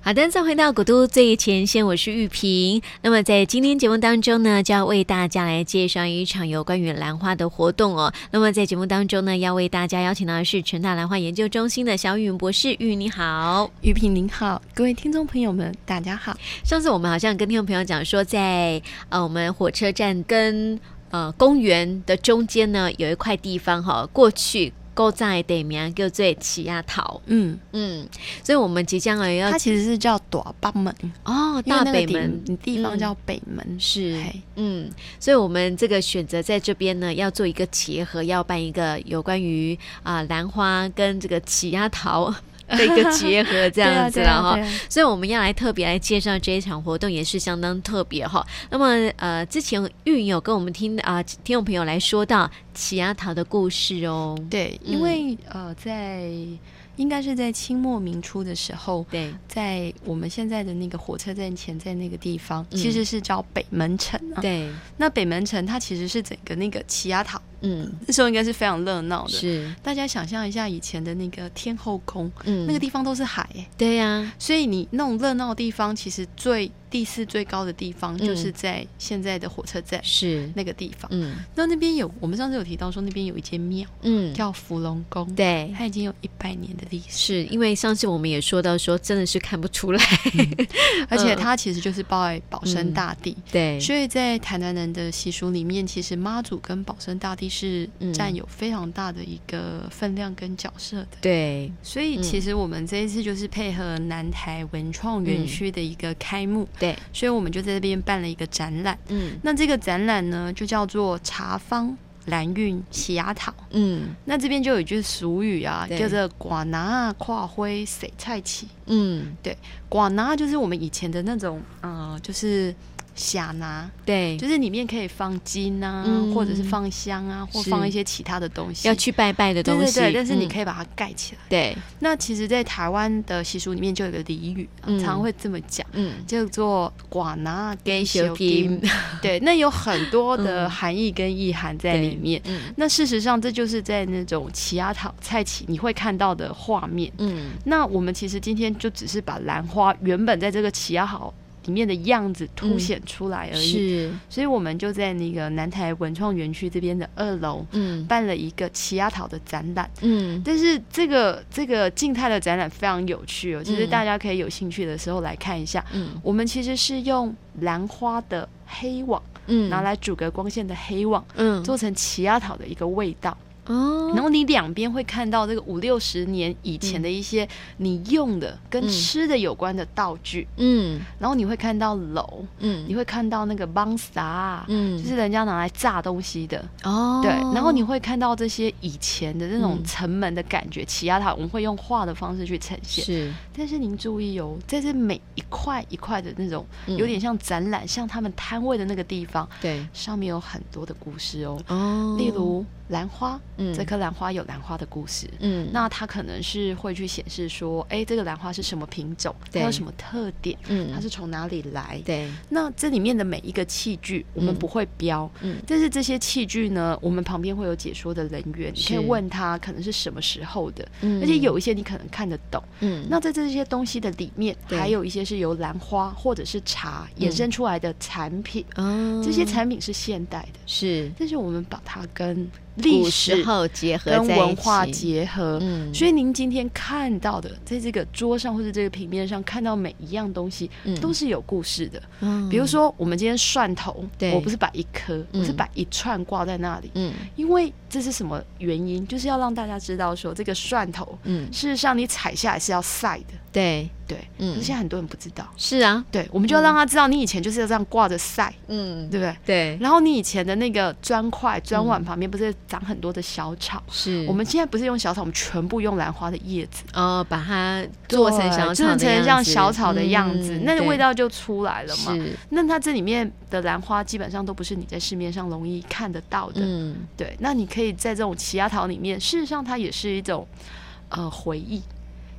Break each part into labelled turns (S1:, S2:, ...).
S1: 好的，再回到古都最前线，我是玉萍。那么在今天节目当中呢，就要为大家来介绍一场有关于兰花的活动哦。那么在节目当中呢，要为大家邀请到的是成大兰花研究中心的小雨博士，玉你好。
S2: 玉萍您好，各位听众朋友们，大家好。
S1: 上次我们好像跟听众朋友讲说在，呃我们火车站跟呃公园的中间呢，有一块地方哈、过去。构在地名叫做奇亚桃，
S2: 嗯，
S1: 嗯，所以我们即将也要
S2: 它其实是叫朵巴门，
S1: 哦，
S2: 因为
S1: 大
S2: 那个
S1: 北
S2: 地
S1: 门
S2: 地方叫北门。
S1: 是
S2: 嘿，
S1: 嗯，所以我们这个选择在这边呢，要做一个结合，要办一个有关于啊、兰花跟这个奇亚桃的一个结合，这
S2: 对啊
S1: 样子
S2: 对
S1: 了
S2: 啊
S1: 哈。
S2: 对啊
S1: 所以我们要来特别来介绍这一场活动，也是相当特别哈。那么呃，之前玉有跟我们听啊、听众朋友来说到奇亚桃的故事哦，
S2: 对，因
S1: 嗯
S2: 为呃，在应该是在清末民初的时候，
S1: 对，
S2: 在我们现在的那个火车站前，在那个地方
S1: 嗯
S2: 其实是叫北门城啊。
S1: 对，
S2: 那北门城它其实是整个那个奇亚塔，
S1: 嗯，
S2: 那时候应该是非常热闹的。
S1: 是，
S2: 大家想象一下以前的那个天后宫，
S1: 嗯，
S2: 那个地方都是海、欸
S1: 对啊呀、
S2: 所以你那种热闹的地方，其实最地势最高的地方
S1: 嗯
S2: 就是在现在的火车站、
S1: 是，
S2: 那个地方。
S1: 嗯
S2: 那那边有，我们上次有提到说那边有一间庙
S1: 嗯，
S2: 叫芙蓉宫，，
S1: 对。
S2: 它已经有一百年的历史，
S1: 是因为上次我们也说到说，真的是看不出来，嗯
S2: 而且它其实就是包在保生大帝。
S1: 对，
S2: 所以在台南人的习俗里面，其实妈祖跟保生大帝是
S1: 嗯
S2: 占有非常大的一个分量跟角色的。
S1: 对，
S2: 所以其实我们这一次就是配合南台文创园区的一个开幕，
S1: 嗯对，
S2: 所以我们就在这边办了一个展览。
S1: 嗯
S2: 那这个展览呢，就叫做茶坊蓝韵奇亚桃。
S1: 嗯
S2: 那这边就有一句俗语啊，
S1: 对
S2: 叫做“寡拿啊跨灰谁菜起
S1: 嗯，”。
S2: 寡拿就是我们以前的那种，呃，就是虾拿，
S1: 对，
S2: 就是里面可以放金啊，
S1: 嗯
S2: 或者是放香啊，或
S1: 是
S2: 放一些其他的东西。
S1: 要去拜拜的
S2: 对
S1: 东
S2: 对
S1: 西，嗯
S2: 对，但是你
S1: 以
S2: 可以把它盖起来。
S1: 对，
S2: 那其实，在台湾的习俗里面就有个俚语，啊
S1: 嗯
S2: 常会这么讲，
S1: 嗯，
S2: 叫做“寡拿给
S1: 修
S2: 小金”。对，那有很多的
S1: 嗯
S2: 含义跟意涵在里面。
S1: 嗯
S2: 那事实上，这就是在那种奇亚塔菜奇你会看到的画面。
S1: 嗯
S2: 那我们其实今天就只是把兰花原本在这个奇亚好里面的样子凸显出来而
S1: 嗯
S2: 已。
S1: 是，
S2: 所以我们就在那个南台文创园区这边的二楼
S1: 嗯
S2: 办了一个奇亚桃的展览。
S1: 嗯
S2: 但是这个这个静态的展览非常有趣哦，就是
S1: 嗯
S2: 大家可以有兴趣的时候来看一下。
S1: 嗯
S2: 我们其实是用兰花的黑网
S1: 嗯，
S2: 拿来阻隔光线的黑网，
S1: 嗯
S2: 做成奇亚草的一个味道。然
S1: 哦，
S2: 后你两边会看到这个五六十年以前的一些你用的跟
S1: 嗯
S2: 吃的有关的道具，
S1: 嗯
S2: 然后你会看到楼，
S1: 嗯，
S2: 你会看到那个邦萨，
S1: 嗯
S2: 就是人家拿来炸东西的。
S1: 哦，
S2: 对，然后你会看到这些以前的那种
S1: 嗯
S2: 城门的感觉，奇亚塔我们会用画的方式去呈现。
S1: 是
S2: 但是您注意哦，在这每一块一块的那种，
S1: 嗯
S2: 有点像展览，像他们摊位的那个地方，
S1: 对
S2: 上面有很多的故事哦。
S1: 哦，
S2: 例如兰花，
S1: 嗯
S2: 这棵兰花有兰花的故事。
S1: 嗯
S2: 那它可能是会去显示说，哎，这个兰花是什么品种，它
S1: 对
S2: 有什么特点，
S1: 嗯
S2: 它是从哪里来？
S1: 对
S2: 那这里面的每一个器具，我们
S1: 嗯
S2: 不会标，
S1: 嗯
S2: 但是这些器具呢，我们旁边会有解说的人员，你可以
S1: 是
S2: 问他可能是什么时候的，
S1: 嗯
S2: 而且有一些你可能看得懂。
S1: 嗯
S2: 那在这些东西的里面，
S1: 对嗯
S2: 还有一些是由兰花或者是茶衍生出来的产品，
S1: 哦
S2: 这些产品是现代的，
S1: 是
S2: 但是我们把它跟
S1: 古
S2: 历
S1: 时
S2: 史
S1: 候结合
S2: 跟
S1: 在一
S2: 文化
S1: 起
S2: 结合。
S1: 嗯
S2: 所以您今天看到的，在这个桌上或者这个平面上看到每一样东西，
S1: 嗯
S2: 都是有故事的。
S1: 嗯
S2: 比如说，我们今天蒜头，
S1: 对
S2: 我不是摆一颗，
S1: 嗯
S2: 我是摆一串挂在那里，
S1: 嗯
S2: 因为这是什么原因？就是要让大家知道说，这个蒜头，
S1: 嗯
S2: 事实上你采下来是要晒的，
S1: 对
S2: 对，
S1: 嗯
S2: 可是现在很多人不知道，
S1: 是啊
S2: 对，我们就要让他知道你以前就是要这样挂着晒，
S1: 嗯
S2: 对不对？
S1: 对
S2: 然后你以前的那个砖块、砖碗旁边不是长很多的小草？
S1: 是
S2: 我们现在不是用小草，我们全部用兰花的叶子
S1: 哦把它做成小草
S2: 做
S1: 的样子，
S2: 成像小草的样子，
S1: 嗯
S2: 那
S1: 对
S2: 味道就出来了嘛。
S1: 是
S2: 那它这里面的兰花基本上都不是你在市面上容易看得到的，
S1: 嗯
S2: 对。那你可以在这种奇亚桃里面，事实上它也是一种呃回忆，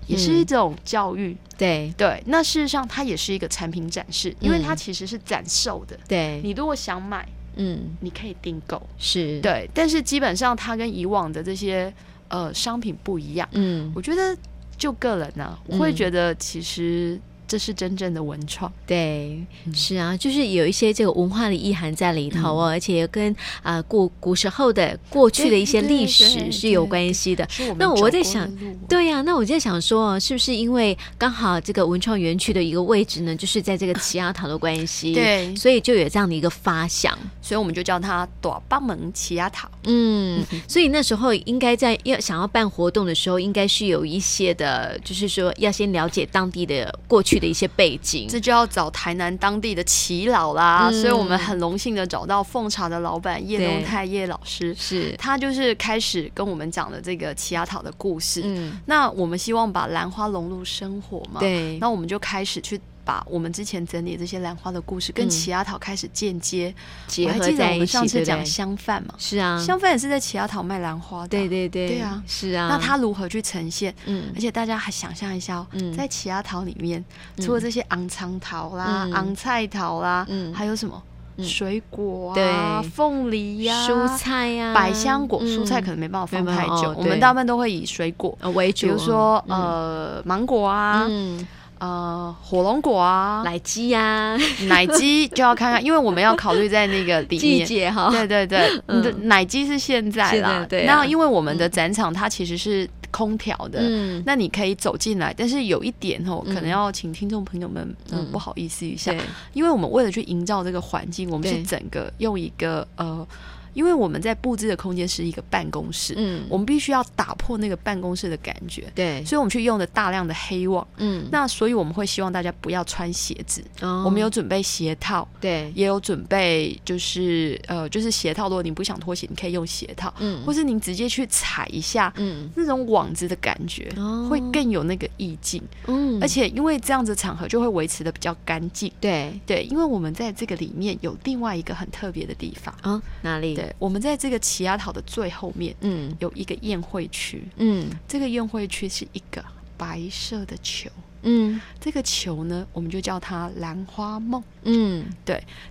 S2: 也是一种教育，
S1: 对
S2: 对。那事实上它也是一个产品展示，因为它
S1: 嗯
S2: 其实是展售的。
S1: 对
S2: 你如果想买，
S1: 嗯
S2: 你可以订购，
S1: 是
S2: 对。但是基本上它跟以往的这些呃商品不一样，
S1: 嗯
S2: 我觉得就个人呢、我会
S1: 嗯
S2: 觉得其实这是真正的文创。
S1: 对，
S2: 嗯
S1: 是啊，就是有一些这个文化的意涵在里头哦，而且跟啊、古古时候的过去的一些
S2: 对对
S1: 历
S2: 对
S1: 史是有
S2: 对
S1: 关系的。
S2: 是我们
S1: 那我
S2: 走过
S1: 在
S2: 的
S1: 想
S2: 路
S1: 对呀、那我在想说哦，是不是因为刚好这个文创园区的一个位置呢，就是在这个奇亚塔的关系，，
S2: 对，
S1: 所以就有这样的一个发想，
S2: 所以我们就叫它短帮啊门奇亚塔。
S1: 嗯，所以那时候应该在要想要办活动的时候，应该是有一些的，就是说要先了解当地的过去的一些背景，
S2: 这就要找台南当地的耆老啦，
S1: 嗯
S2: 所以我们很荣幸的找到奉茶的老板叶
S1: 对
S2: 东泰叶老师，
S1: 是，
S2: 他就是开始跟我们讲了这个奇亚塔的故事。
S1: 嗯，
S2: 那我们希望把兰花融入生活嘛，，
S1: 对，
S2: 那我们就开始去。把我们之前整理这些兰花的故事跟
S1: 嗯
S2: 奇亚塔开始间接，
S1: 结
S2: 我还
S1: 合
S2: 记得
S1: 在
S2: 我
S1: 一
S2: 们
S1: 起，
S2: 上
S1: 对
S2: 次
S1: 不
S2: 讲
S1: 对
S2: 香饭嘛，
S1: 是啊，
S2: 香饭也是在奇亚塔卖兰花的，
S1: 对对对，
S2: 对啊
S1: 是啊，
S2: 那它如何去呈现？
S1: 嗯
S2: 而且大家还想象一下哦，
S1: 嗯
S2: 在奇亚桃里面，除了这些昂苍桃啦
S1: 嗯、
S2: 昂、菜桃啦，
S1: 嗯
S2: 还有什么、
S1: 嗯
S2: 水果啊、
S1: 对
S2: 凤梨呀、
S1: 蔬、菜呀、
S2: 啊百香果、蔬菜可
S1: 能
S2: 能没办法放
S1: 没办法
S2: 太久，
S1: 哦
S2: 我
S1: 对
S2: 们大部分都会以水果，
S1: 呃为主
S2: 比
S1: 哦，
S2: 如说、
S1: 嗯
S2: 呃芒果啊、
S1: 嗯，
S2: 呃火龙果啊、
S1: 奶鸡呀、
S2: 奶鸡就要看看，因为我们要考虑在那个里
S1: 季
S2: 面。
S1: 节哈，
S2: 对对对，
S1: 嗯
S2: 你的奶鸡是现在
S1: 现在
S2: 啦。
S1: 对啊
S2: 那因为我们的展场它其实是空调的，
S1: 嗯，
S2: 那你可以走进来，但是有一点哦，
S1: 嗯
S2: 可能要请听众朋友们、呃
S1: 嗯
S2: 不好意思一下，
S1: 对，
S2: 因为我们为了去营造这个环境，我们
S1: 对
S2: 是整个用一个呃，因为我们在布置的空间是一个办公室，
S1: 嗯，
S2: 我们必须要打破那个办公室的感觉，
S1: 对，
S2: 所以我们去用了大量的黑网。
S1: 嗯，
S2: 那所以我们会希望大家不要穿鞋子，
S1: 哦
S2: 我们有准备鞋套，
S1: 对，
S2: 也有准备就是呃就是鞋套，如果你不想脱鞋，你可以用鞋套，
S1: 嗯，
S2: 或是你直接去踩一下
S1: 嗯，
S2: 那种网子的感觉。
S1: 哦
S2: 会，更有那个意境，
S1: 嗯，
S2: 而且因为这样子场合就会维持的比较干净。
S1: 对，
S2: 对，因为我们在这个里面有另外一个很特别的地方，
S1: 哦，哪里？，
S2: 对，我们在这个奇亚岛的最后面
S1: 嗯
S2: 有一个宴会区，
S1: 嗯
S2: 这个宴会区是一个白色的球，
S1: 嗯
S2: 这个球呢，我们就叫它兰花梦。
S1: 嗯，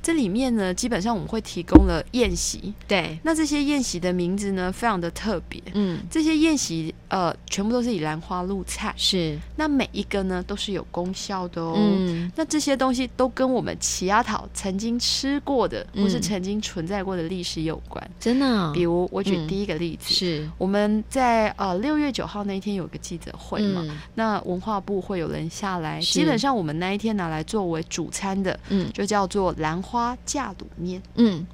S2: 这里面呢，基本上我们会提供了宴席，
S1: 对，
S2: 那这些宴席的名字呢，非常的特别。
S1: 嗯
S2: 这些宴席，呃，全部都是以兰花入菜，
S1: 是，
S2: 那每一个呢都是有功效的哦。
S1: 嗯
S2: 那这些东西都跟我们奇亚岛曾经吃过的，
S1: 嗯
S2: 或是曾经存在过的历史有关。
S1: 真的哦
S2: 比如，我举
S1: 嗯
S2: 第一个例子，
S1: 是
S2: 我们在呃六月九号那一天有个记者会嘛，
S1: 嗯
S2: 那文化部会有人下来，
S1: 是
S2: 基本上我们那一天拿来作为主餐的，
S1: 嗯
S2: 就叫做兰花架卤面，
S1: 嗯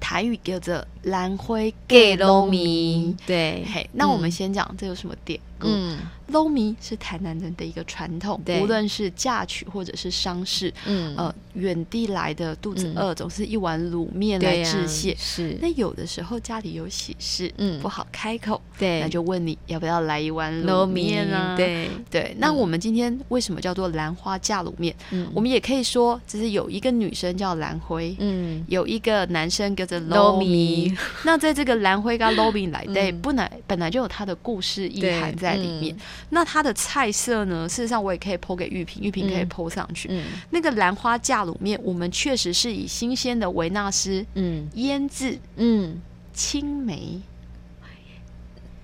S2: 台语叫做兰花
S1: 给
S2: 捞
S1: 龙迷，对，
S2: 嘿，那我们
S1: 嗯
S2: 先讲这有什么典故。
S1: 嗯
S2: 捞米是台南人的一个传统，
S1: 对
S2: 无论是嫁娶或者是丧事，
S1: 嗯
S2: 呃，远地来的肚子
S1: 嗯
S2: 饿，总是一碗卤面来
S1: 对呀
S2: 致谢。
S1: 是
S2: 那，有的时候家里有喜事，
S1: 嗯
S2: 不好开口，
S1: 对，
S2: 那就问你要不要来一碗卤
S1: 糯米
S2: 面啊？
S1: 对，
S2: 对，那
S1: 嗯
S2: 我们今天为什么叫做兰花嫁卤面？
S1: 嗯
S2: 我们也可以说，就是有一个女生叫兰辉。
S1: 嗯
S2: 有一个男生跟着
S1: 糯
S2: low 米
S1: 米，
S2: 那在这个兰辉跟 low 米来对，
S1: 嗯
S2: 本来本来就有它的故事意
S1: 对嗯
S2: 涵在里面。那它的菜色呢，事实上我也可以剖给玉萍，玉萍可以剖上去。
S1: 嗯
S2: 那个兰花架卤面，我们确实是以新鲜的维纳斯
S1: 嗯
S2: 腌制
S1: 嗯，
S2: 青梅，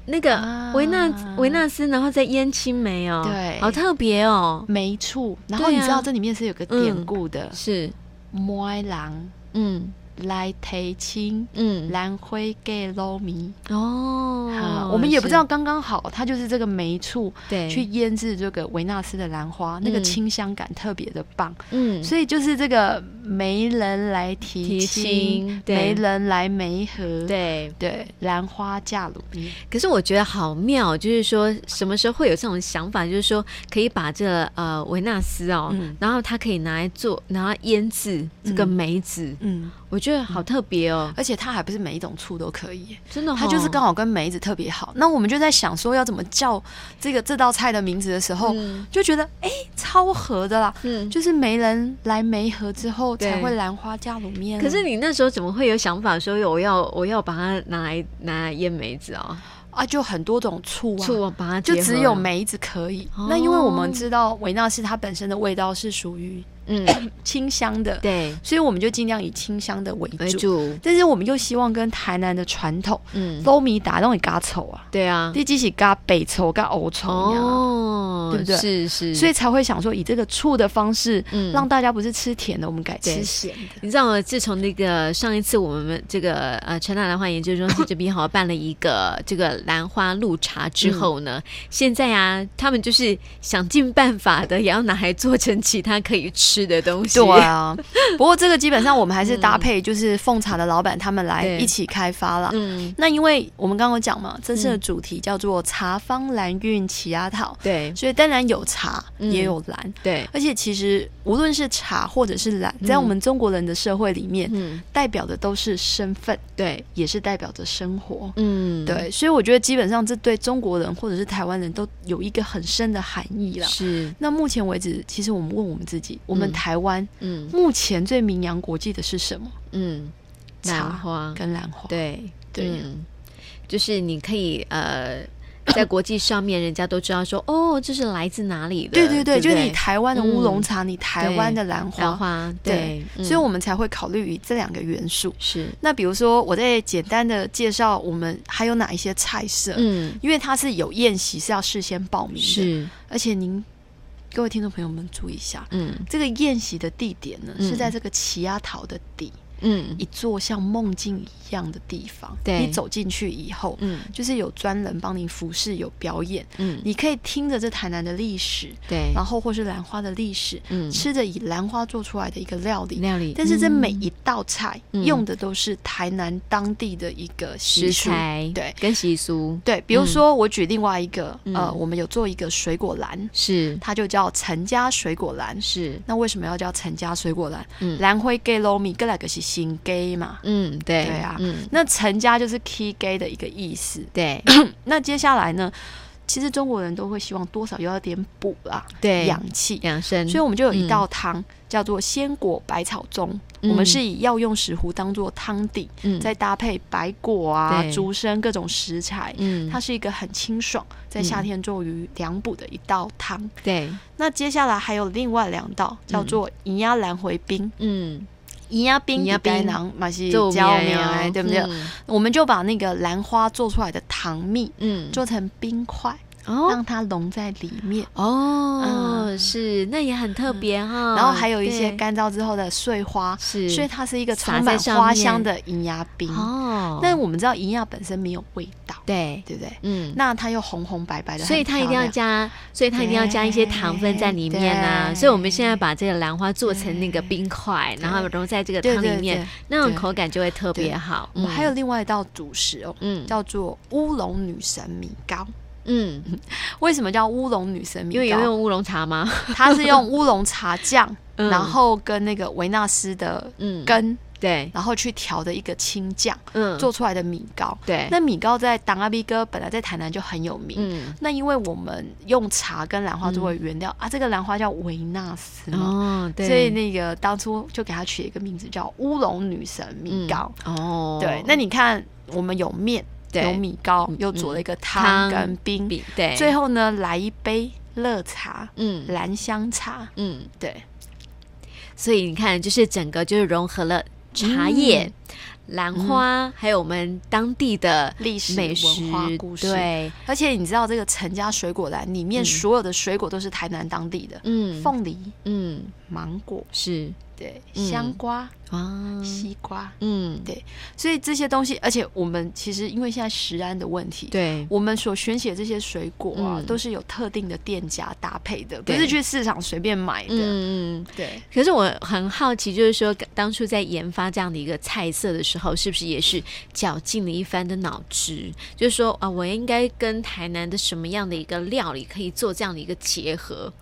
S1: 那个
S2: 啊
S1: 维纳维纳斯，然后再腌青梅哦，
S2: 对
S1: 好特别哦，
S2: 梅醋，然后
S1: 对啊
S2: 你知道这里面是有个典故的，
S1: 是，
S2: 麦郎
S1: 嗯
S2: 来提青，
S1: 嗯，
S2: 兰花给捞米。
S1: 哦
S2: 啊，，我们也不
S1: 是
S2: 知道，刚刚好，它就是这个梅醋
S1: 对，
S2: 去腌制这个维纳斯的兰花，那个
S1: 嗯
S2: 清香感特别的棒，
S1: 嗯，
S2: 所以就是这个媒人来
S1: 提
S2: 提
S1: 亲
S2: 亲，
S1: 对
S2: 媒人来媒合，
S1: 对，
S2: 对，兰花嫁鲁宾，
S1: 可是我觉得好妙，就是说什么时候会有这种想法，就是说可以把这呃维纳斯哦，
S2: 嗯
S1: 然后它可以拿来做，拿来腌制这个
S2: 嗯
S1: 梅子，
S2: 嗯，
S1: 我觉得好特别哦，
S2: 而且它还不是每一种醋都可以耶，
S1: 真的哦、
S2: 它就是刚好跟梅子特别好。那我们就在想说要怎么叫这个这道菜的名字的时候，
S1: 嗯
S2: 就觉得哎、超合的啦，
S1: 嗯。
S2: 就是媒人来梅合之后
S1: 对
S2: 才会兰花嫁卤面啊。
S1: 可是你那时候怎么会有想法说我要我要把它拿来拿来腌梅子哦？
S2: 啊，就很多种醋啊，
S1: 醋我把它
S2: 就
S1: 结合
S2: 只有
S1: 了
S2: 梅子可以
S1: 哦。
S2: 那因为我们知道维纳斯它本身的味道是属于
S1: 嗯，
S2: 清香的，
S1: 对，
S2: 所以我们就尽量以清香的为
S1: 为
S2: 主。
S1: 主，
S2: 但是我们又希望跟台南的传统
S1: 嗯，
S2: 捞米打拢会加臭啊，
S1: 对啊，
S2: 你只是加北臭加欧臭呀，
S1: 哦，
S2: 对不对
S1: 是是，
S2: 所以才会想说以这个醋的方式，
S1: 嗯
S2: 让大家不是吃甜的，我们改
S1: 对
S2: 吃咸的。
S1: 你知道，自从那个上一次我们这个呃陈大兰花研究中心这边哈办了一个 这个兰花露茶之后呢，
S2: 嗯
S1: 现在啊，他们就是想尽办法的，也要拿来做成其他可以吃的东西。
S2: 对啊，不过这个基本上我们还是搭配就是奉茶的老板他们
S1: 嗯
S2: 来
S1: 对
S2: 一起开发啦。
S1: 嗯，
S2: 那因为我们刚刚有讲嘛，这次的主题叫做茶方兰韵奇亚桃，
S1: 对
S2: 所以当然有茶
S1: 嗯
S2: 也有兰，
S1: 对，
S2: 而且其实无论是茶或者是兰，在我们中国人的社会里面，
S1: 嗯，
S2: 代表的都是身份，
S1: 对，
S2: 也是代表着生活。
S1: 嗯，
S2: 对，所以我觉得基本上这对中国人或者是台湾人都有一个很深的含义啦。
S1: 是，
S2: 那目前为止，其实我们问我们自己，我
S1: 嗯
S2: 们台湾
S1: 嗯
S2: 目前最名扬国际的是什么？
S1: 嗯，兰
S2: 茶
S1: 花，
S2: 跟兰花。
S1: 对
S2: 对
S1: 嗯就是你可以 呃。在国际上面，人家都知道说，哦，这是来自哪里的？
S2: 对对
S1: 对，
S2: 对，就是你台湾的乌龙
S1: 嗯
S2: 茶，你台湾的兰
S1: 兰
S2: 花，
S1: 花，
S2: 对嗯
S1: 对，
S2: 所以我
S1: 们
S2: 们才会考虑以这两个元素。
S1: 是
S2: 那比如说，我再简单的介绍我们还有哪一些菜色，
S1: 嗯，
S2: 因为它是有宴席是要事先报名的，
S1: 是，
S2: 而且您各位听众朋友们注意一下，
S1: 嗯
S2: 这个宴席的地点呢、
S1: 嗯
S2: 是在这个奇亚岛的底
S1: 嗯
S2: 一座像梦境一样的地方，
S1: 对
S2: 你走进去以后。
S1: 嗯
S2: 就是有专人帮您服侍，有表演，
S1: 嗯，
S2: 你可以听着这台南的历史，
S1: 对，
S2: 然后或是兰花的历史，
S1: 嗯
S2: 吃着以兰花做出来的一个料理。
S1: 料理，
S2: 但是这
S1: 嗯
S2: 每一道菜
S1: 嗯
S2: 用的都是台南当地的一个习
S1: 食
S2: 俗，
S1: 材
S2: 对
S1: 跟习俗
S2: 对，比如说我举另外一个，
S1: 嗯
S2: 呃，我们有做一个水果篮，
S1: 是
S2: 它就叫陈家水果篮。
S1: 是，
S2: 那为什么要叫陈家水果篮？
S1: 嗯
S2: 兰花 gay 糯米，各来个是新 gay 嘛。
S1: 嗯对
S2: 对啊
S1: 嗯
S2: 那陈家就是 key gay 的一个意思。
S1: 对
S2: 那接下来呢，其实中国人都会希望多少有点补啦，
S1: 对
S2: 氧气。
S1: 养生，
S2: 所以我们就有一
S1: 嗯
S2: 道汤、叫做鲜果百草盅，
S1: 嗯
S2: 我们是以药用石斛当做汤底，
S1: 嗯
S2: 再搭配白果啊、
S1: 对
S2: 竹参各种食材。
S1: 嗯
S2: 它是一个很清爽，在夏天做于凉补的一道汤。
S1: 对
S2: 那接下来还有另外两道，叫做银鸭兰回冰、
S1: 嗯，
S2: 银鸭冰、
S1: 银鸭
S2: 比该
S1: 冰啊
S2: 囊、马西
S1: 这我们
S2: 椒
S1: 也
S2: 苗，哎
S1: 要
S2: 对不对？？我们就把那个兰花做出来的糖蜜
S1: 嗯，
S2: 做成冰块，
S1: 哦
S2: 让它融在里面。
S1: 哦是，那也很特别哈。
S2: 嗯然后还有一些
S1: 啊对
S2: 干燥之后的碎花，
S1: 是，
S2: 所以它是一个
S1: 撒
S2: 充满
S1: 在上
S2: 花
S1: 面
S2: 香的银芽冰。
S1: 哦，
S2: 但我们知道银芽本身没有味道，
S1: 对，
S2: 对不对？
S1: 嗯。
S2: 那它又红红白白的，
S1: 所以它一定要
S2: 很漂
S1: 加，所以它一定要加一些糖分在里面啊。
S2: 对
S1: 所以我们现在把这个兰花做成那个冰块，然后融在这个
S2: 亮
S1: 汤里
S2: 对对对
S1: 面，那种口感就会特别好。
S2: 我们还有另外一道主食哦，
S1: 嗯
S2: 叫做乌龙女神米糕。
S1: 嗯，
S2: 为什么叫乌龙女神米
S1: 因为有
S2: 糕？
S1: 用乌龙茶 吗？
S2: 它是用乌龙茶酱，
S1: 嗯
S2: 然后跟那个维纳斯的
S1: 嗯，
S2: 根，
S1: 对，
S2: 然后去调的一个清酱
S1: 嗯，
S2: 做出来的米糕。
S1: 对，
S2: 那米糕在当阿 B 哥本来在台南就很有名，
S1: 嗯
S2: 那因为我们用茶跟兰花作为原料、啊，这个兰花叫维纳斯嘛，
S1: 哦，对，
S2: 所以那个当初就给它取了一个名字叫乌龙女神米糕。
S1: 嗯哦，
S2: 对，那你看我们有面，
S1: 对
S2: 有米糕
S1: 嗯，
S2: 又煮了一个
S1: 汤
S2: 汤跟冰，
S1: 比对，
S2: 最后呢来一杯热茶，
S1: 嗯
S2: 兰香茶，
S1: 嗯，
S2: 对，
S1: 所以你看，就是整个就是融合了茶
S2: 嗯
S1: 叶、兰花，还有我们当地的
S2: 历史
S1: 美食
S2: 文化故事。，
S1: 对，
S2: 而且你知道这个陈家水果篮里面
S1: 嗯
S2: 所有的水果都是台南当地的，
S1: 嗯，
S2: 凤梨、
S1: 嗯
S2: 芒果，
S1: 是
S2: 对，
S1: 嗯
S2: 香瓜、
S1: 啊，
S2: 西瓜。
S1: 嗯，
S2: 对所以这些东西，而且我们其实因为现在食安的问题，
S1: 对
S2: 我们所选取的这些水果啊，
S1: 嗯
S2: 都是有特定的店家搭配的，不
S1: 对
S2: 是去市场随便买的。
S1: 嗯嗯。
S2: 对，
S1: 可是我很好奇，就是说当初在研发这样的一个菜色的时候，是不是也是绞尽了一番的脑汁？就是说啊，我应该跟台南的什么样的一个料理可以做这样的一个结合？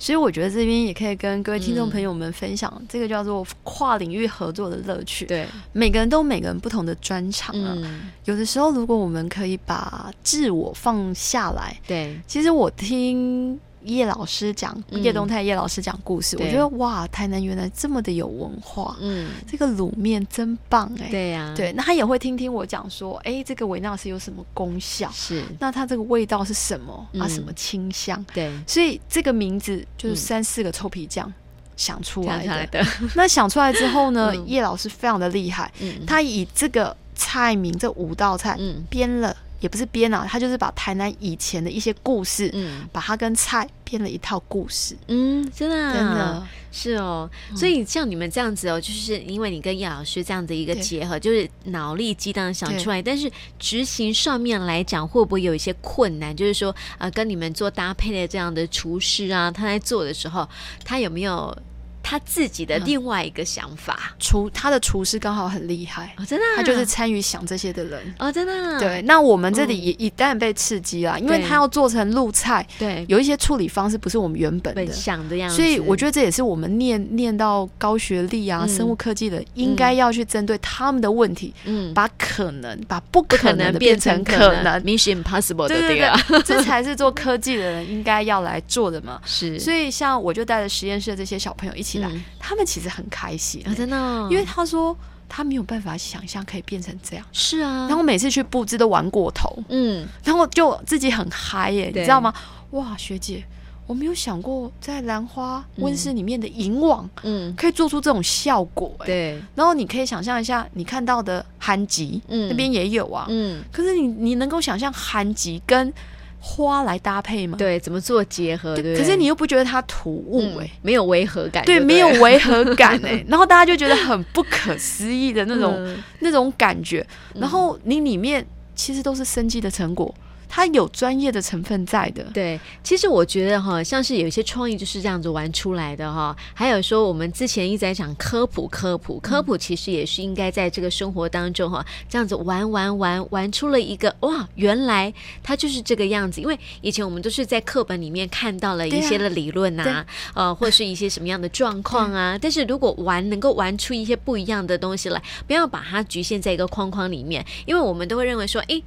S2: 所以我觉得这边也可以跟各位听众
S1: 嗯
S2: 朋友们分享，这个叫做跨领域合作的乐趣。，
S1: 对，
S2: 每个人都有每个人不同的专长啊。
S1: 嗯，
S2: 有的时候，如果我们可以把自我放下来，
S1: 对，
S2: 其实我听叶老师讲，
S1: 嗯
S2: 叶东泰叶老师讲故事，我
S1: 对
S2: 觉得哇，台南原来这么的有文化，
S1: 嗯，
S2: 这个卤面真棒哎、
S1: 对呀、
S2: 对，那他也会听听我讲说，哎、这个维纳斯有什么功效？
S1: 是，
S2: 那它这个味道是什么啊？
S1: 嗯
S2: 什么清香？
S1: 对，
S2: 所以这个名字就是
S1: 嗯
S2: 三四个臭皮匠，想出
S1: 想
S2: 来
S1: 出来
S2: 的。
S1: 的，
S2: 那想出来之后呢，
S1: 嗯
S2: 叶老师非常的厉害，
S1: 嗯，
S2: 他以这个菜名这五道菜
S1: 嗯
S2: 编了，也不是编啊，他就是把台南以前的一些故事，
S1: 嗯
S2: 把它跟菜编了一套故事，
S1: 嗯，真的啊
S2: 真的。
S1: 是哦，所以像你们这样子哦，就是因为你跟叶老师这样的一个
S2: 对
S1: 结合，就是脑力激荡想
S2: 对
S1: 出来，但是执行上面来讲，会不会有一些困难？就是说，呃，跟你们做搭配的这样的厨师啊，他在做的时候，他有没有他自己的
S2: 嗯
S1: 另外一个想法？
S2: 厨他的厨师刚好很厉害，
S1: 哦，真的啊、
S2: 他就是参与想这些的人。
S1: 哦，真的啊、
S2: 对，那我们这
S1: 嗯
S2: 里也一旦被刺激啦，因为
S1: 对
S2: 他要做成露菜，
S1: 对，
S2: 有一些处理方式不是我们原本
S1: 本
S2: 的，
S1: 想的样子，
S2: 所以我觉
S1: 得
S2: 得这也是我们念念到高学历啊、
S1: 嗯
S2: 生物科技的，应该要去针对他们的问题，
S1: 嗯。
S2: 把可能、把不
S1: 不
S2: 可能的变成可
S1: 可能
S2: 能，
S1: ，Mission Impossible 的
S2: 对对
S1: 这个啊
S2: 这才是做科技的人应该要来做的嘛。
S1: 是，
S2: 所以像我就带着实验室的这些小朋友一起来，
S1: 嗯
S2: 他们其实很开心、
S1: 啊，真的哦，
S2: 啊因为他说他没有办法想象可以变成这样。
S1: 是啊，
S2: 然后每次去布置都玩过头，
S1: 嗯，
S2: 然后就自己很嗨耶、
S1: 对
S2: 你知道吗？哇，学姐，我没有想过在兰花温室里面的银网
S1: 嗯，
S2: 可以做出这种效果、哎。
S1: 对，
S2: 然后你可以想象一下，你看到的韩吉、
S1: 嗯
S2: 那边也有啊，
S1: 嗯，
S2: 可是你你能够想象韩吉跟花来搭配吗？
S1: 对，怎么做结合？对不对，
S2: 可是你又不觉得它突兀
S1: 嗯
S2: 哎、
S1: 没有违和感，
S2: 对，
S1: 不
S2: 没有违和感哎、 然后大家就觉得很不可思议的那种、
S1: 嗯
S2: 那种感觉。
S1: 嗯
S2: 然后你里面其实都是生计的成果，它有专业的成分在的。
S1: 对，其实我觉得哈，像是有一些创意就是这样子玩出来的哈。还有说，我们之前一直在讲科普，科普，
S2: 嗯
S1: 科普，其实也是应该在这个生活当中哈，这样子玩玩玩玩出了一个哇，原来它就是这个样子。因为以前我们都是在课本里面看到了一
S2: 对啊
S1: 些的理论呐、呃，或是一些什么样的状况 啊。但是如果玩能够玩出一些不一样的东西来，不要把它局限在一个框框里面，因为我们都会认为说，诶。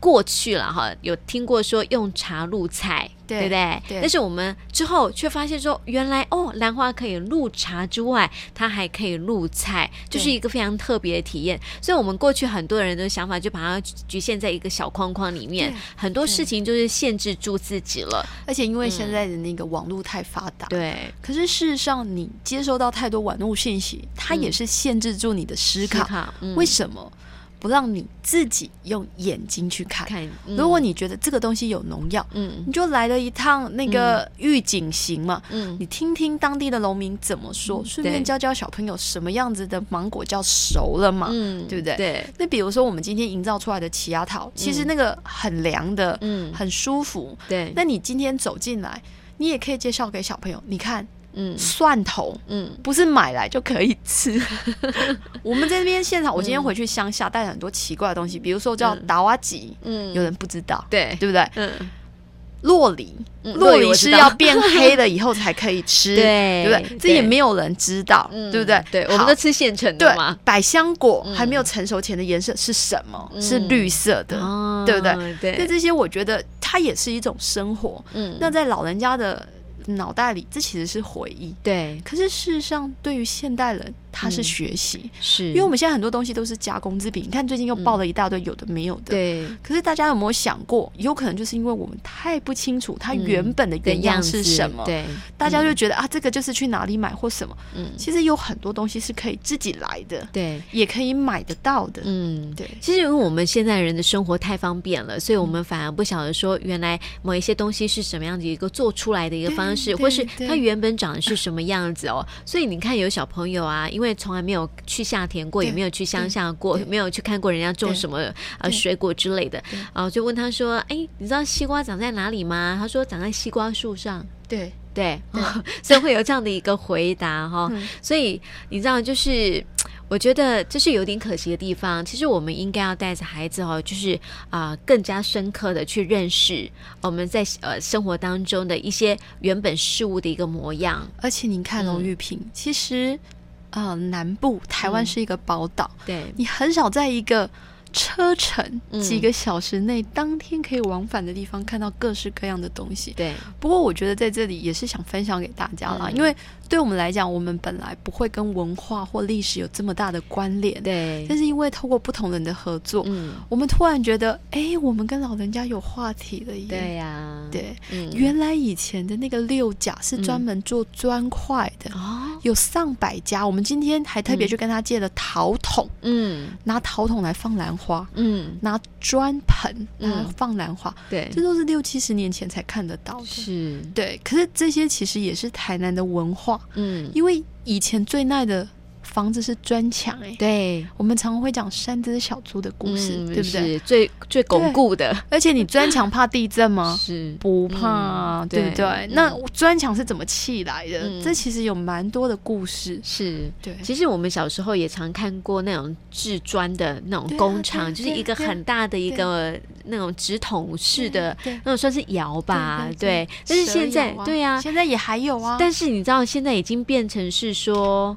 S1: 过去了哈，有听过说用茶露菜，
S2: 对
S1: 不对？
S2: 对
S1: 但是我们之后却发现说，原来哦，兰花可以露茶之外，它还可以露菜，
S2: 对
S1: 就是一个非常特别的体验。所以，我们过去很多人的想法就把它局限在一个小框框里面
S2: 对，
S1: 很多
S2: 对
S1: 事情就是限制住自己了。
S2: 而且
S1: 嗯
S2: 因为现在的那个网络太发达，。
S1: 对，
S2: 可是事实上，你接收到太多网络信息，它也是限制住你的思考。
S1: 嗯
S2: 为什么不让你自己用眼睛去看？
S1: 看？嗯
S2: 如果你觉得这个东西有农药，
S1: 嗯
S2: 你就来了一趟那个预警型嘛，
S1: 嗯
S2: 你听听当地的农民怎么说，顺
S1: 对
S2: 便教教小朋友什么样子的芒果叫熟了嘛。
S1: 嗯
S2: 对不对
S1: 对，
S2: 那比如说我们今天营造出来的奇亚桃，其实那个很凉的，
S1: 嗯
S2: 很舒服。
S1: 对，
S2: 那你今天走进来，你也可以介绍给小朋友，你看
S1: 嗯
S2: 蒜头。
S1: 嗯
S2: 不是买来就可以吃。 我们在这边现场，我今天回去乡下带了很多奇怪的东西，比如说叫达瓦吉，
S1: 嗯
S2: 有人不知道，
S1: 对，
S2: 对不对？
S1: 嗯，
S2: 洛梨，
S1: 嗯
S2: 洛
S1: 洛梨
S2: 梨
S1: 我知
S2: 是
S1: 道
S2: 要变黑了以后才可以 吃，
S1: 对
S2: 对不对？这也没有人知道，
S1: 嗯
S2: 对不对？
S1: 对，
S2: 好
S1: 我们都吃现成的
S2: 对
S1: 嘛，
S2: 百香果
S1: 嗯
S2: 还没有成熟前的颜色是什么？
S1: 嗯
S2: 是绿色的。
S1: 哦
S2: 对不对？那
S1: 对，
S2: 这些我觉得它也是一种生活。
S1: 嗯
S2: 那在老人家的脑袋里，这其实是回忆。
S1: 对
S2: 可是事实上，对于现代人，他是
S1: 嗯
S2: 学习，
S1: 是，
S2: 因为我们现在很多东西都是加工制品。你看最近又爆了一大堆有的没有的。。
S1: 对
S2: 可是大家有没有想过，有可能就是因为我们太不清楚它
S1: 嗯
S2: 原本的
S1: 的
S2: 原
S1: 样
S2: 样
S1: 子
S2: 是什么，
S1: 对，
S2: 大家
S1: 嗯
S2: 就觉得、啊，这个就是去哪里买或什么。
S1: 嗯
S2: 其实有很多东西是可以自己来的，
S1: 对，
S2: 也可以买得到的。
S1: 嗯
S2: 对嗯
S1: 其实因为我们现在人的生活太方便了，所以我们反而不晓得说原来某一些东西是什么样的一个做出来的一个方式，
S2: 对
S1: 或是
S2: 对
S1: 它原本长得是什么样子 哦。所以你看，有小朋友啊，因为从来没有去下田过，
S2: 对
S1: 也没有去乡下过，
S2: 对
S1: 没有去看过人家种
S2: 对
S1: 什么呃
S2: 对
S1: 水果之类的
S2: 对
S1: 啊，就问他说：“哎，你知道西瓜长在哪里吗？”他说：“长在西瓜树上。”
S2: 对，
S1: 对， 所以会有这样的一个回答哈、
S2: 嗯
S1: 所以你知道，就是我觉得这是有点可惜的地方。其实我们应该要带着孩子哦，就是啊、更加深刻的去认识我们在呃生活当中的一些原本事物的一个模样。
S2: 而且你看龙玉平，其实呃，南部台湾
S1: 嗯
S2: 是一个宝岛，
S1: 对，
S2: 你很少在一个车程
S1: 嗯
S2: 几个小时内、当天可以往返的地方看到各式各样的东西。
S1: 对，
S2: 不过我觉得在这里也是想分享给大家啦，
S1: 嗯
S2: 因为对我们来讲，我们本来不会跟文化或历史有这么大的关联，
S1: 对，
S2: 但是因为透过不同人的合作，
S1: 嗯，
S2: 我们突然觉得，哎，我们跟老人家有话题了耶。
S1: 对呀、
S2: 对
S1: 嗯，
S2: 原来以前的那个六甲是专门做砖块的，
S1: 哦，
S2: 有上百家。我们今天还特别
S1: 嗯
S2: 去跟他借了陶桶，
S1: 嗯
S2: 拿陶桶来放兰花，
S1: 嗯，
S2: 拿砖盆来
S1: 嗯
S2: 放兰花，
S1: 对，
S2: 这都是六七十年前才看得到的。
S1: 是，
S2: 对，可是这些其实也是台南的文化，
S1: 嗯，
S2: 因为以前最耐的房子是砖墙、哎，
S1: 对，
S2: 我们常会讲山只小猪的故事，
S1: 嗯
S2: 对不对？哦
S1: 是最最巩固的，
S2: 而且你砖墙怕地震 吗？
S1: 是，
S2: 不怕啊、
S1: 嗯
S2: 对不
S1: 对
S2: 对？
S1: 嗯
S2: 那砖墙是怎么砌来的？
S1: 嗯
S2: 这其实有蛮多的故事。
S1: 是。
S2: 对，
S1: 其实我们小时候也常看过那种制砖的那种
S2: 对啊
S1: 工
S2: 对
S1: 厂，
S2: 啊
S1: 就是
S2: 对啊
S1: 一个
S2: 对啊
S1: 很大的一
S2: 对
S1: 个那种直筒式的
S2: 对，对
S1: 那种算是窑吧，
S2: 对对
S1: 但是
S2: 蛇
S1: 现在
S2: 有啊
S1: 对呀、
S2: 现在也还有啊。
S1: 但是你知道现在已经变成是说，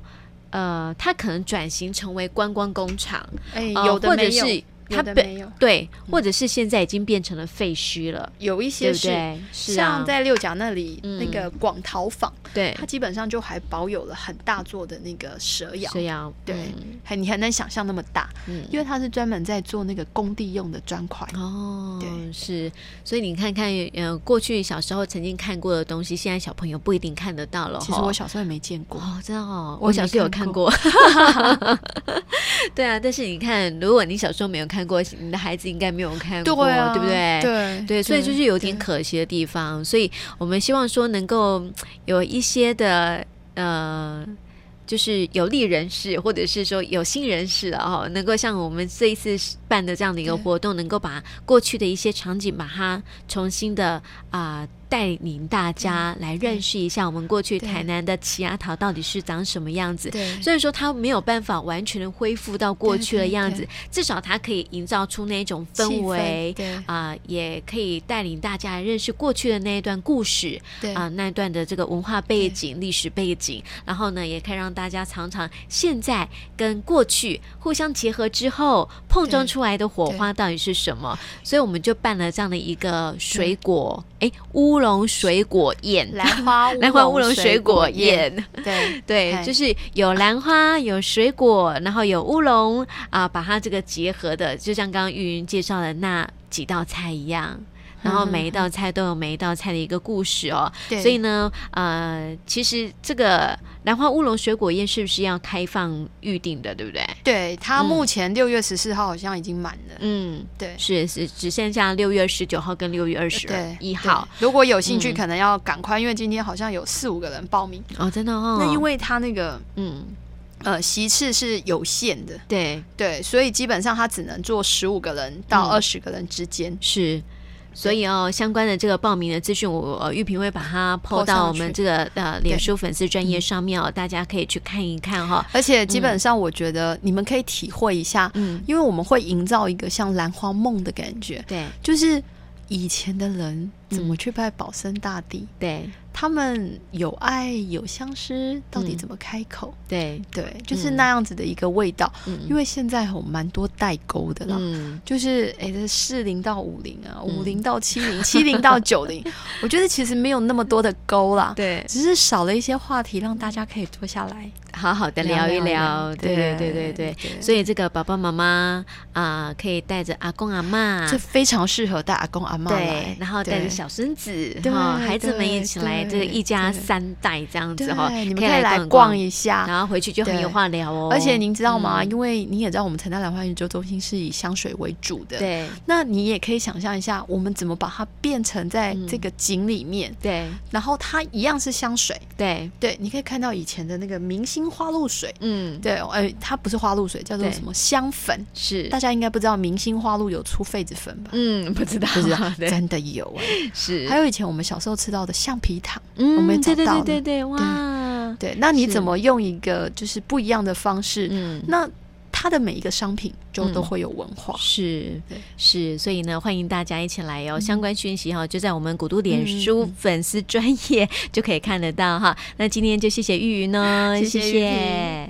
S1: 呃，它可能转型成为观光工厂，
S2: 哎、
S1: 呃
S2: 有的
S1: 或者
S2: 没有，
S1: 是它
S2: 有的
S1: 本
S2: 没有，嗯
S1: 对，或者是现在已经变成了废墟了，
S2: 有一
S1: 对
S2: 些
S1: 不
S2: 是。
S1: 对？是啊
S2: 像，在六甲那里，
S1: 嗯
S2: 那个广陶坊，
S1: 对
S2: 它，基本上就还保有了很大座的那个蛇窑，
S1: 这样
S2: 对，还你还能想象那么大，
S1: 嗯
S2: 因为它是专门在做那个工地用的砖块。
S1: 哦，
S2: 对
S1: 是，所以你看看，呃，过去小时候曾经看过的东西，现在小朋友不一定看得到了。
S2: 其实
S1: 吼
S2: 我小时候也没见过，
S1: 哦哦，真的哦，
S2: 我
S1: 我
S2: 也
S1: 小
S2: 没
S1: 时候有
S2: 看
S1: 看过。 对啊，但是你看，如果你小时候没有看过，你的孩子应该没有看过，
S2: 啊，
S1: 对不对？
S2: 对
S1: 对，所以就是有点
S2: 对
S1: 可惜的地方，所以我们希望说能够嗯有一些的呃，就是有利人士或者是说有心人士了哦，能够像我们这一次办的这样的一个
S2: 对
S1: 活动，能够把过去的一些场景把它重新的啊、带领大家来认识一下我们过去
S2: 嗯对
S1: 台南的奇亚桃到底是长什么样子。
S2: 对
S1: 虽然说它没有办法完全的恢复到过
S2: 对
S1: 去的
S2: 对
S1: 样
S2: 对
S1: 子，至少它可以营造出那种氛
S2: 气
S1: 围，
S2: 对
S1: 啊、也可以带领大家认识过去的那一段故事
S2: 对
S1: 啊、那一段的这个文化背景、历史背景，然后呢，也可以让大家尝尝现在跟过去互相结合之后碰撞
S2: 对
S1: 出来的火花到底是什么。所以我们就办了这样的一个水果，哎，乌龙水果宴，
S2: 兰花
S1: 兰花乌龙水果
S2: 宴，
S1: 宴。
S2: 对
S1: 对，
S2: 嗨
S1: 就是有兰花，有水果，然后有乌龙啊，把它这个结合的，就像刚刚玉云介绍的那几道菜一样。然后每一道菜都有每一道菜的一个故事哦，
S2: 嗯对，
S1: 所以呢，呃，其实这个兰花乌龙水果宴是不是要开放预定的，对不对？
S2: 对它
S1: 嗯
S2: 目前六月十四号好像已经满了，
S1: 嗯，
S2: 对。
S1: 是是，只剩下六月十九号跟六月二十
S2: 对，
S1: 一号
S2: 对。如果有兴趣，
S1: 嗯
S2: 可能要赶快，因为今天好像有四五个人报名。
S1: 哦，真的哦。
S2: 那因为它那个
S1: 嗯，
S2: 呃席次是有限的，
S1: 对，
S2: 对，所以基本上它只能坐十五个人到
S1: 嗯
S2: 二十个人之间。
S1: 是。所以哦，相关的这个报名的资讯，我呃玉萍会把它 PO
S2: 上
S1: 到我们
S2: 去
S1: 这个呃脸书粉丝专业上面哦，大家可以去看一看哈、
S2: 而且基本上，我觉得你们可以体会一下，
S1: 嗯，
S2: 因为我们会营造一个像兰花梦的感觉，
S1: 对
S2: 就是以前的人怎
S1: 嗯
S2: 么去拜保生大帝，
S1: 对
S2: 他们有爱有相思，到底
S1: 嗯
S2: 怎么开口？
S1: 对，
S2: 对，就是那样子的一个味道。
S1: 嗯
S2: 因为现在有蛮多代沟的啦。
S1: 嗯
S2: 就是诶，这四零到五零啊，
S1: 嗯
S2: 五零到七零，七零到 九零，我觉得其实没有那么多的沟啦，
S1: 对，
S2: 只是少了一些话题，让大家可以坐下来
S1: 好好的聊一聊，对对对对对。所以这个爸爸妈妈啊，可以带着阿公阿妈
S2: 这，非常适合带阿公阿妈
S1: 啊对
S2: 来，，
S1: 然后带着
S2: 对
S1: 小孙子
S2: 对
S1: 哈，孩子们
S2: 对
S1: 一起来，
S2: 对
S1: 这个一家
S2: 对
S1: 三代这样子哈，
S2: 对，你们
S1: 以
S2: 可以来
S1: 逛
S2: 逛
S1: 一
S2: 一下
S1: 逛，。然后回去就很有
S2: 对
S1: 话聊哦。
S2: 而且您知道吗？
S1: 嗯
S2: 因为你也知道，我们陈大兰花研究中心是以香水为主的。，
S1: 对
S2: 那你也可以想象一下，我们怎么把它变成在
S1: 嗯
S2: 这个景里面，
S1: 对
S2: 然后它一样是香水。
S1: 对，
S2: 对，你可以看到以前的那个明星花露水。
S1: 嗯，
S2: 对，呃，它不是花露水，叫做
S1: 对
S2: 什么香粉？
S1: 是
S2: 大家应该不知道，明星花露有出痱子粉吧？
S1: 嗯，不知道，，
S2: 不知道
S1: 对，
S2: 真的有 哎、
S1: 是，
S2: 还有以前我们小时候吃到的橡皮糖，
S1: 嗯，
S2: 我们也
S1: 对
S2: 找
S1: 对
S2: 到
S1: 对
S2: 了
S1: 对对，哇，
S2: 对，那你
S1: 是
S2: 怎么用一个就是不一样的方式？
S1: 嗯。
S2: 那它的每一个商品就都
S1: 嗯
S2: 会有文化。
S1: 是
S2: 对嗯
S1: 是，所以呢，欢迎大家一起来哦。相关讯息哈、就在我们古都脸书
S2: 嗯嗯
S1: 粉丝专业就可以看得到哈。那今天就谢谢玉云哦，
S2: 谢谢
S1: 谢
S2: 玉萍